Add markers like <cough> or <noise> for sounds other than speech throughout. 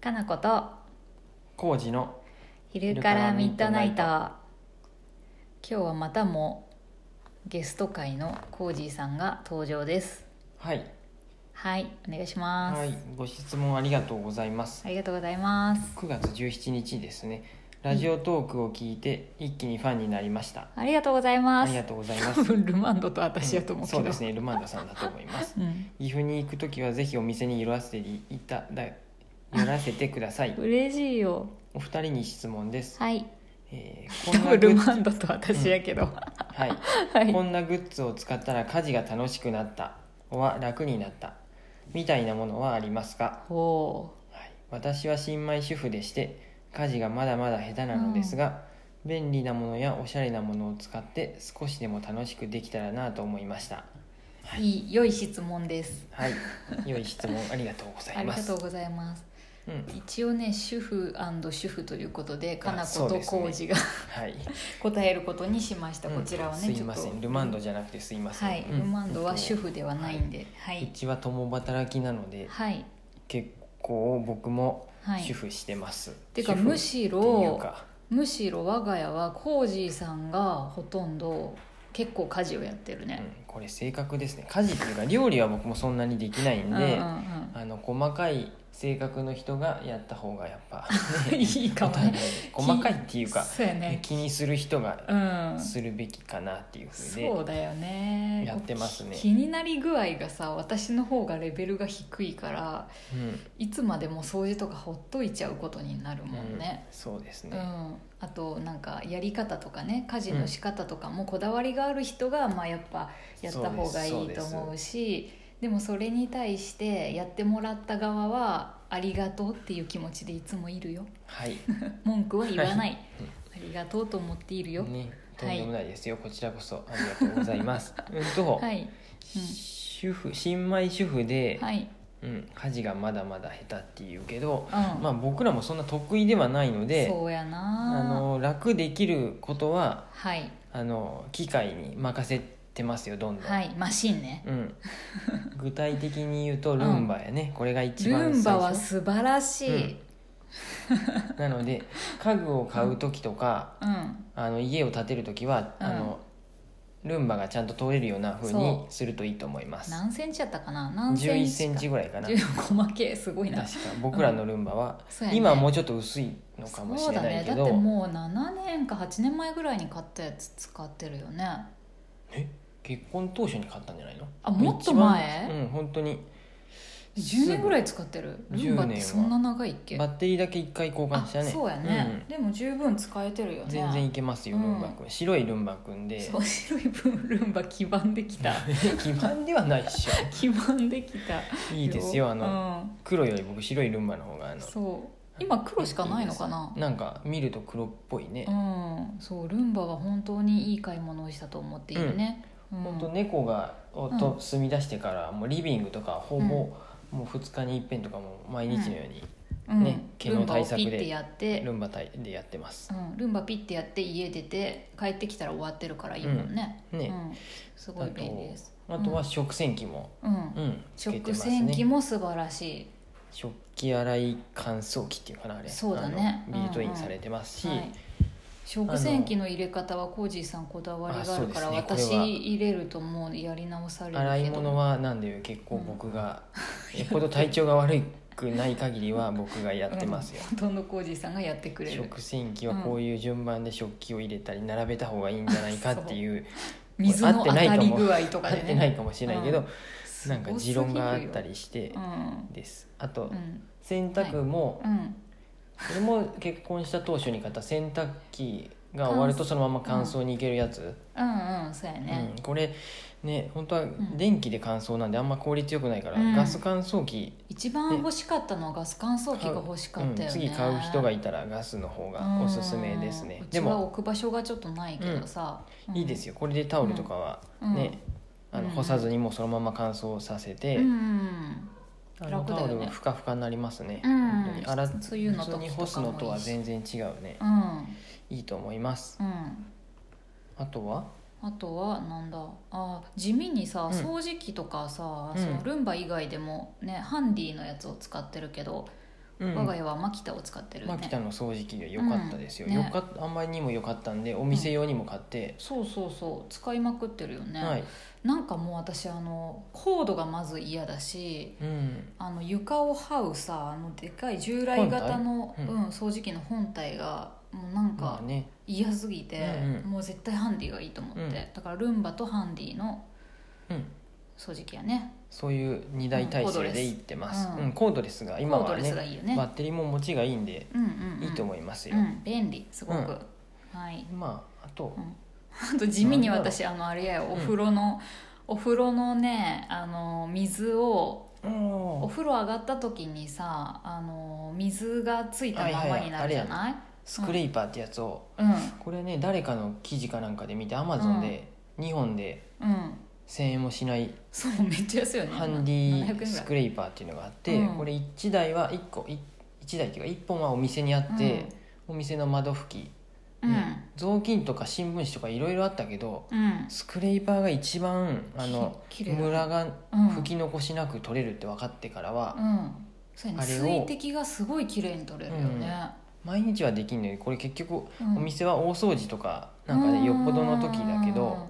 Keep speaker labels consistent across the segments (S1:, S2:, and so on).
S1: かなこと
S2: 工事の
S1: 昼からミッドナイター今日はまたもゲスト会のコージーさんが登場です
S2: はい
S1: はいお願いします、
S2: はいご質問ありがとうございます
S1: ありがとうございます
S2: 9月17日ですねラジオトークを聞いて一気にファンになりました、
S1: ありがとうございま
S2: あり
S1: す
S2: がとうございます
S1: 多分ルマンドと <laughs> 私やと思うけど、
S2: そうですねルマンダさんだと思い
S1: <laughs>
S2: ます
S1: うん
S2: 岐阜に行くときはぜひお店に寄らせていただ寄らせてください
S1: 嬉しいよ
S2: お二人に質問です、
S1: はい
S2: えー
S1: 多
S2: こんな
S1: 分
S2: グ
S1: ル
S2: ッズ
S1: マンドと私やけど、は
S2: はい
S1: い
S2: こんなグッズを使ったら家事が楽しくなったは楽になったみたいなものはありますか、
S1: ほ
S2: はい、私は新米主婦でして家事がまだまだ下手なのですが、便利なものやおしゃれなものを使って少しでも楽しくできたらなと思いました
S1: う、いい良い質問です <laughs>
S2: はい良い質問ありがとうござ
S1: あ
S2: い
S1: り
S2: ま
S1: が
S2: す
S1: とうございます
S2: うん
S1: 一応ね主婦主婦ということでかな
S2: そ
S1: こ
S2: う
S1: と
S2: ですね
S1: コージが
S2: はい、
S1: 答えることにしました、
S2: うん
S1: こちらはね
S2: すいませ
S1: ちょっ
S2: ん
S1: と
S2: ルマンドじゃなくてすいません
S1: はい、
S2: うん
S1: ルマンドは主婦ではないんで、は
S2: えっとう
S1: い、
S2: ちは共働きなので
S1: はい、
S2: 結構僕も
S1: はい。
S2: 主婦してます、
S1: てか
S2: 主婦
S1: むし
S2: っていう
S1: ろ
S2: か
S1: むしろ我が家はコージーさんがほとんど結構家事をやってる
S2: う
S1: ね。
S2: んこれ性格ですね家事っていうか料理は僕もそんなにできないん
S1: うん
S2: で、
S1: うんうん
S2: あの細かい性格の人がやった方がやっぱ、
S1: <laughs>
S2: ね
S1: いいかもね。
S2: <laughs> 細かいっていうか
S1: そうやね。
S2: 気にする人
S1: う
S2: が
S1: ん。
S2: するべきかなっていうふうで、
S1: そうだよね。
S2: やってますね
S1: 気になり具合がさ、私の方がレベルが低いから、
S2: うん
S1: いつまでも掃除とかほっといちゃうことになるもんね。
S2: うんそうです
S1: う
S2: ね、
S1: ん、あとなんかやり方とかね家事の仕方とかもこだわりがある人が、まあ、やっぱやった方がい
S2: そう
S1: い
S2: です
S1: と
S2: そうです
S1: 思うしでもそれに対してやってもらった側はありがとうっていう気持ちでいつもいるよ
S2: はい
S1: 文句は言わない、
S2: は
S1: ありがとうと思っているよ、
S2: ねとんでもないですよ、こちらこそありがとうございます
S1: <laughs>
S2: うんと、
S1: はいうん
S2: 主婦新米主婦で、
S1: はい、
S2: うん、家事がまだまだ下手っていうけど、
S1: うん
S2: まあ僕らもそんな得意ではないので
S1: そうやな
S2: あの楽できることは
S1: はい
S2: あの機械に任せてますよどんどん、
S1: はいマシンね <laughs>
S2: うん、具体的に言うとルンバやね、これが一番
S1: ルンバは
S2: 最初
S1: 素晴らしい、うん
S2: なので家具を買う時とか、あの家を建てる時は、
S1: うん
S2: あのルンバがちゃんと通れるような風に
S1: そ
S2: するといいと思います
S1: 何センチやったかな何
S2: 1
S1: センチ
S2: 1ンチぐらいかな確か
S1: 15負けすごいな
S2: 僕らのルンバは、
S1: そうやね
S2: 今はもうちょっと薄いのかもしれないけ
S1: そうだねだって
S2: ど、
S1: もう7年か8年前ぐらいに買ったやつ使ってるよね
S2: え結婚当初に買ったんじゃないの
S1: あもっと前
S2: 一番うん本当に
S1: 10年ぐ
S2: い
S1: らい使ってるルンバってそんな長いっけ
S2: バッテリーだけ一回交換
S1: あ
S2: したね
S1: そうやね、でも十分使えてるよ
S2: う
S1: ね
S2: ん全然いけますよ、
S1: うん
S2: ルンバくん白いルンバくんで
S1: そう白い分ルンバ基盤できた
S2: 基盤ではないっし
S1: 基盤できた
S2: ょ <laughs> いいですよあの、、黒より僕白いルンバの方があ
S1: うん、
S2: の
S1: そう今黒しかないのか
S2: いい
S1: な
S2: ですなんか見ると黒っぽいね、
S1: うんそうルンバは本当にいい買い物をしたと思っているね、うん
S2: ほんと猫がおと住み出してから、もうリビングとかほぼ、
S1: うん
S2: もう2日に一遍とかもう毎日のように
S1: ね
S2: 毛の対策
S1: ルンバをピッ
S2: で
S1: てやって
S2: ルンバ対でやってます、
S1: うん、ルンバピッてやって家出て帰ってきたら終わってるからいいもんね,、うん
S2: ね、
S1: すごい便利です
S2: あとは食洗機も、
S1: うん、
S2: うん、つけて
S1: 食
S2: ます
S1: 洗機
S2: ね
S1: も素晴らしい、
S2: 食器洗い乾燥機っていうかなあれ
S1: そうだね
S2: あのビルト
S1: う
S2: イ
S1: んう
S2: ン
S1: ん
S2: されてますし、
S1: はい、食洗機の入れ方はコージーさんこだわりがあるから
S2: あそうですねこれは
S1: 私入れるともうやり直されるけど
S2: 洗い物はなんで結構僕が、よっぽど体調が悪くない限りは僕がやってますよ、
S1: うんほとんどコージーさんがやってくれる
S2: 食洗機はこういう順番で食器を入れたり並べた方がいいんじゃないかっていう
S1: 水の当たり具合とか
S2: 合
S1: で
S2: ってな
S1: ね
S2: いかもしれないけど、
S1: すご
S2: な
S1: すぎ
S2: んか
S1: るよ
S2: 持論があったりして
S1: うん
S2: です、あと
S1: うん
S2: 洗濯も、
S1: うん
S2: これも結婚した当初に買った洗濯機が終わるとそのまま乾燥に行けるやつ、
S1: うんうんそうやね、
S2: うん、これね本当は
S1: ん
S2: 電気で乾燥なんであんま効率よくないから、
S1: うん
S2: ガス乾燥機
S1: 一番欲しかったのはガス乾燥機が欲しかったよね、
S2: うん次買う人がいたらガスの方がおすすめですね
S1: うんうち
S2: で
S1: は
S2: も
S1: 置く場所がちょっとないけどさ、
S2: いいです
S1: よ
S2: よこれでタオルとかはね、
S1: うん
S2: あ
S1: う
S2: の
S1: ん
S2: 干さずにもうそのまま乾燥させて、
S1: うん、
S2: あの
S1: 楽だ
S2: タ
S1: よ
S2: オ
S1: ね
S2: ルがふかふかになりますね、
S1: うん
S2: 本当に洗っ
S1: 梅雨の時
S2: 普通に干すのとは全然違うね
S1: うん
S2: いいと思います
S1: うん
S2: あとは
S1: あとはなんだあ地味にさ
S2: うん
S1: 掃除機とかさ、
S2: うん
S1: そのルンバ以外でもねハンディのやつを使ってるけど
S2: うん
S1: 我が家はマキタを使ってるよ
S2: マ
S1: ね、
S2: キタの掃除機が良かったですよ、
S1: うんね
S2: よかっあんまりにも良かったんでお店用にも買って、
S1: そうそうそう使いまくってるよね、
S2: はい、
S1: なんかもう私あのコードがまず嫌だし
S2: うん、
S1: あの床を這うさあのでかい従来型の、う
S2: 本
S1: ん
S2: 体う
S1: 掃除機の本体がもうなん
S2: ま
S1: か
S2: あね
S1: 嫌すぎて、
S2: うんうん
S1: もう絶対ハンディがいいと思って、
S2: うん
S1: だからルンバとハンディの
S2: うん
S1: 掃除機やね
S2: そういう二大体制で行ってます、うんコードレスが今
S1: コード
S2: は
S1: レ
S2: ね
S1: スがいいよね
S2: バッテリーも持ちがいいんで
S1: うんうん、うん、
S2: いいと思いますよ、
S1: うん、便利すごく、
S2: うん
S1: はい <laughs>
S2: まああと、
S1: あと地味に私あのあれやよ
S2: うん
S1: お風呂の、お風呂のねあの水をお
S2: お
S1: 風呂上がった時にさあの水がついたままになるじゃない、
S2: スクレイパーってやつを、これね誰かの記事かなんかで見てアマゾンで2本で
S1: うんうん
S2: 1000円もしない
S1: そうめっちゃ安いよね
S2: ハンディス
S1: ス
S2: クレイパーっていうのがあって、
S1: うん
S2: これ1台は1個 1, 台っていうか1本はお店にあって、お店の窓拭き、
S1: うん
S2: ね雑巾とか新聞紙とかいろいろあったけど
S1: うん
S2: スクレイパーが一番あの
S1: ききれいだ
S2: ムラが
S1: うん
S2: 拭き残しなく取れるって分かってからは、
S1: うんそうやね
S2: あれを
S1: 水滴がすごい綺麗に取れるよね、
S2: 毎日はできんのにこれ結局
S1: うん
S2: お店は大掃除とかなんかねよっぽどの時だけど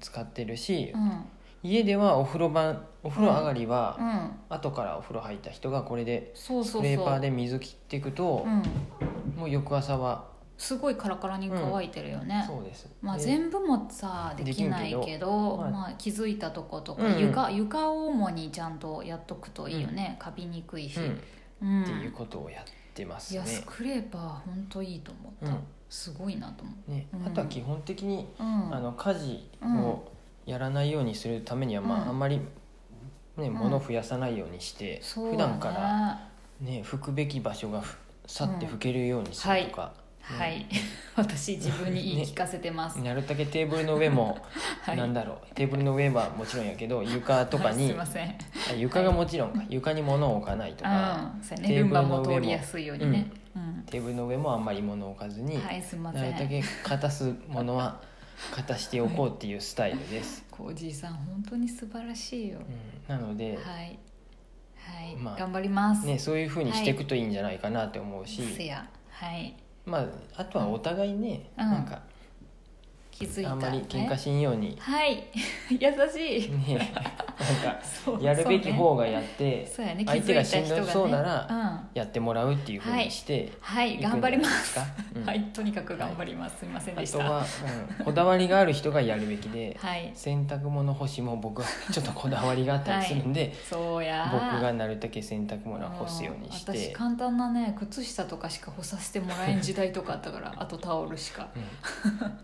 S2: 使ってるし
S1: うんうん
S2: 家ではお風呂場お風呂上がりは
S1: うん
S2: 後からお風呂入った人がこれで
S1: そう
S2: ス
S1: そうそう
S2: クレーパーで水切っていくと
S1: うん、
S2: もう翌朝は
S1: すごいカラカラに乾いてるよね、
S2: そうです
S1: まあ、
S2: で
S1: 全部もさで
S2: で
S1: き
S2: きんけど
S1: ないけど、
S2: はい
S1: まあ、気づいたとことか、
S2: うんうん
S1: 床床を主にちゃんとやっとくといいよね、カビにくいし、
S2: うん
S1: うん
S2: っていうことをやってます
S1: い
S2: ね
S1: やスクレーパー本当いいと思った、
S2: うん
S1: すごいなと思う、
S2: ね
S1: うん
S2: あとは基本的に
S1: うん、
S2: あの家事をやらないようにするためにはま
S1: うん
S2: ああんまりね
S1: ん
S2: 物増やさないようにして
S1: そうだね
S2: 普段からね拭くべき場所がふ去って拭けるようにするとか、うん
S1: はい <laughs> 私自分に言い聞かせてます、
S2: なるだけテーブルの上も、
S1: <laughs> はい
S2: なんだろうテーブルの上はもちろん
S1: <laughs>
S2: やけど床とか
S1: はいすい
S2: に
S1: ません
S2: あ床がもちろんか、床に物を置かないとか、
S1: うんそうやね
S2: テー
S1: ルン
S2: ブ
S1: バ
S2: ル
S1: も
S2: の上
S1: 通
S2: も
S1: りやすいようにね、うん
S2: テーブルの上もあんまり物を置かずに、
S1: はいすいませ
S2: なるだ
S1: ん
S2: けかたすものは <laughs> かたしておこうっていうスタイルです、
S1: コージーさん本当に素晴らしいよ、
S2: うん、なので、
S1: はいはい、
S2: まあ
S1: 頑張ります、
S2: ね、そういうふうにしていくといいんじゃないかなって思うし、
S1: せやはい
S2: まあ、あとはお互いね、
S1: うん
S2: なんか
S1: 気づいた
S2: あんまり喧嘩
S1: ね
S2: しんように、
S1: はい <laughs> 優しい
S2: ね、 <laughs> なんか
S1: そう
S2: やるべき方
S1: が
S2: がやって、
S1: そうやね気
S2: 相手
S1: づ
S2: が
S1: い
S2: し
S1: た
S2: ん
S1: 人が
S2: ど
S1: ね
S2: そうなら、
S1: うん
S2: やってもらうっていうふうにして、
S1: はい
S2: いくんじゃな
S1: 頑
S2: い
S1: 張りま
S2: ですすか、うん
S1: はいとにかく頑張ります、すいませんで
S2: あ
S1: した
S2: とは、うんこだわりがある人がやるべきで、
S1: はい
S2: 洗濯物干しも僕は <laughs> ちょっとこだわりがあったりするんで、
S1: そうや
S2: 僕がなるだけ洗濯物は干すようにし
S1: ん私
S2: て、
S1: 簡単なね靴下とかしか干させてもらえん時代とかあったから
S2: <laughs>
S1: あとタオルしか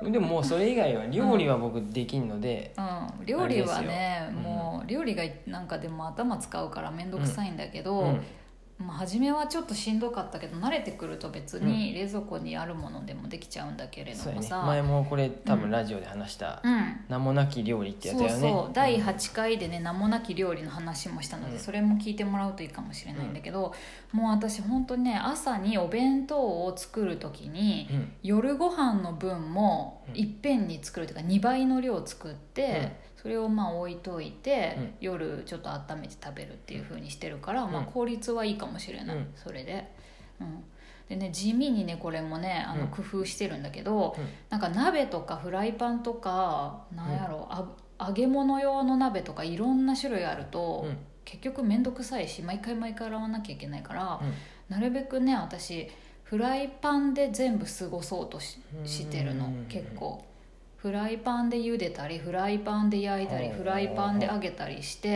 S2: うんでももうそれ以外は料理は僕できんので、
S1: うん料理はね
S2: あれですようん
S1: もう料理がなんかでも頭使うから面倒くさいんだけど、
S2: うん
S1: まあ、初めはちょっとしんどかったけど慣れてくると別に冷蔵庫にあるものでもできちゃうんだけれど
S2: そうや
S1: も
S2: ね
S1: さ、
S2: 前もこれ多分ラジオで話した
S1: うん
S2: 「名もなき料理」ってやつ
S1: そ
S2: だ
S1: う
S2: よね
S1: そう第
S2: うん
S1: 8回でね名もなき料理の話もしたので、
S2: うん
S1: それも聞いてもらうといいかもしれないんだけど、もう私本当にね朝にお弁当を作る時に、
S2: うん
S1: 夜ご飯の分も
S2: うん
S1: いっぺんに作るというか2倍の量作って、それをまあ置いといて、
S2: うん
S1: 夜ちょっと温めて食べるっていう風にしてるから、まあ
S2: うん
S1: 効率はいいかもしれない、
S2: うん
S1: それで。うんでね、地味にねこれもねあ
S2: う
S1: の
S2: ん
S1: 工夫してるんだけど、
S2: うん
S1: なんか鍋とかフライパンとかなんやろあ揚げ物用の鍋とかいろんな種類あると、
S2: うん
S1: 結局面倒くさいし毎回毎回洗わなきゃいけないから、
S2: うん
S1: なるべくね私フライパンで全部過ごそうとし
S2: うん
S1: してるの結構フライパンで茹でたりフライパンで焼いたり
S2: ほう
S1: フライパンで揚げたりして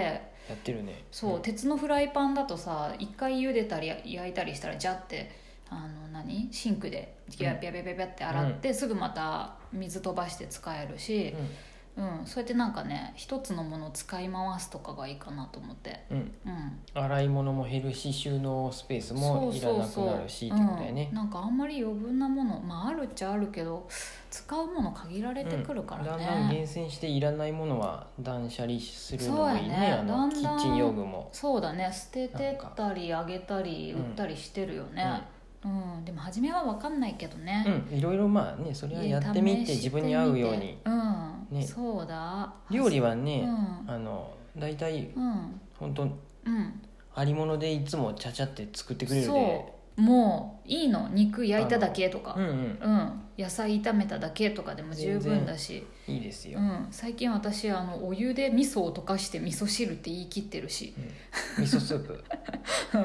S2: やってるね
S1: そう、鉄のフライパンだとさ一回茹でたり焼いたりしたらジャってあの何シンクでピャピャピャピャピャって洗って、すぐまた水飛ばして使えるし、うんそうやってなんかね一つのものを使い回すとかがいいかなと思って、
S2: うんうん
S1: うん、
S2: 洗い物も減るし収納スペースもいらなくなるしっ
S1: そうそうそ
S2: て
S1: う
S2: ことだよね
S1: うん、なんかあんまり余分なものまああるっちゃあるけど使うもの限られてくるから
S2: うんだんだん
S1: ね、
S2: 厳選していらないものは断捨離するのもいい
S1: そう
S2: ね
S1: やね
S2: あの
S1: だん
S2: キ
S1: だん
S2: ッチン用具も
S1: そうだね捨ててったりあげたり
S2: うん
S1: 売ったりしてるよねうん、でも初めは分かんないけどね、
S2: うんいろいろまあねそれはやってみて
S1: 試して
S2: 自分に合うように
S1: うん、
S2: ね
S1: そうだ
S2: 料理
S1: は
S2: は
S1: う
S2: ね
S1: ん
S2: あの大体
S1: うん
S2: 本当
S1: うん
S2: ありものでいつもちゃちゃって作ってくれるで
S1: そうもういいの肉焼いただけとか
S2: う、んうん
S1: うん、野菜炒めただけとかでも十分だし、
S2: いいです
S1: う
S2: よ、
S1: ん、最近私あのお湯で味噌を溶かして味噌汁って言い切ってる
S2: <laughs>
S1: し
S2: 味噌スープ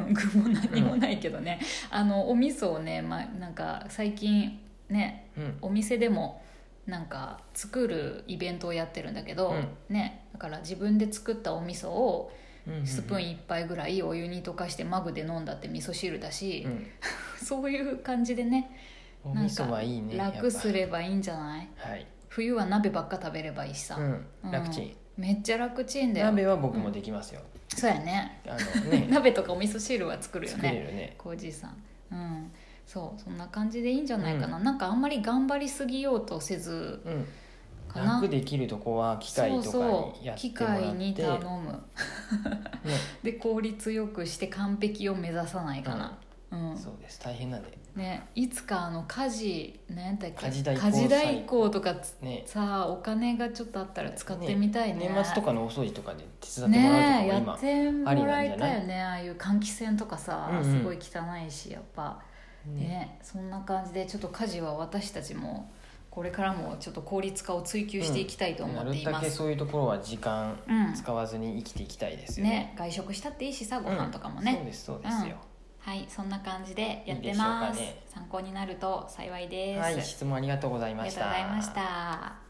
S1: うん具も何もないけどね、あのお味噌をね、まあ、なんか最近ね
S2: うん
S1: お店でもなんか作るイベントをやってるんだけど、
S2: う
S1: ね、だから自分で作ったお味噌を
S2: うんうんうん
S1: スプーン1杯ぐらいお湯に溶かしてマグで飲んだって味噌汁だし、
S2: うん
S1: そういう感じでね
S2: お味噌はいいねやっぱ
S1: 楽すればいいんじゃない
S2: はい、
S1: 冬は鍋ばっか食べればいいしさ、
S2: うん、楽ちん、
S1: めっちゃ楽ちんだよ
S2: 鍋は僕もできますよ、
S1: そうやね
S2: あのね
S1: <laughs> 鍋とかお味噌汁は作るよ
S2: 作れ
S1: ね
S2: るね
S1: コージーさんうんそうそんな感じでいいんじゃないかな、なんかあんまり頑張りすぎようとせず
S2: うん
S1: かな
S2: 楽できるとこは機械とか
S1: そう
S2: に
S1: そ
S2: や
S1: う
S2: って
S1: 機
S2: もらって
S1: 械に頼む
S2: ね
S1: で効率よくして完璧を目指さないかな、うん
S2: そうです大変なんで
S1: ね、いつかあの家事何だっけ
S2: 家事代行
S1: 家事代行とかつ
S2: ね
S1: さあお金がちょっとあったら使ってみたいね
S2: 年末とかのお掃除とかで手伝ってもらう
S1: ねえ
S2: と
S1: や
S2: か
S1: っ
S2: も
S1: てもらい
S2: ありなんじ
S1: た
S2: ゃ
S1: い
S2: な
S1: よねああいう換気扇とかさ、
S2: うんうん
S1: すごい汚いしやっぱ
S2: 今、
S1: ねそんな感じでちょっと家事は私たちもこれからもちょっと効率化を追求していきたいと思
S2: な
S1: って
S2: る
S1: い
S2: だ
S1: ま
S2: け
S1: す、
S2: そういうところは時間
S1: うん
S2: 使わずに生きていきたいですよね,
S1: ね外食したっていいしさ
S2: うん、
S1: ご飯とかも
S2: そう
S1: ね、
S2: ですそうですよ、
S1: はいそんな感じでやってます
S2: いいでしょうかね
S1: 参考になると幸いです、
S2: はい質問ありがとうござい
S1: あ
S2: ま
S1: り
S2: し
S1: がとう
S2: た
S1: ございました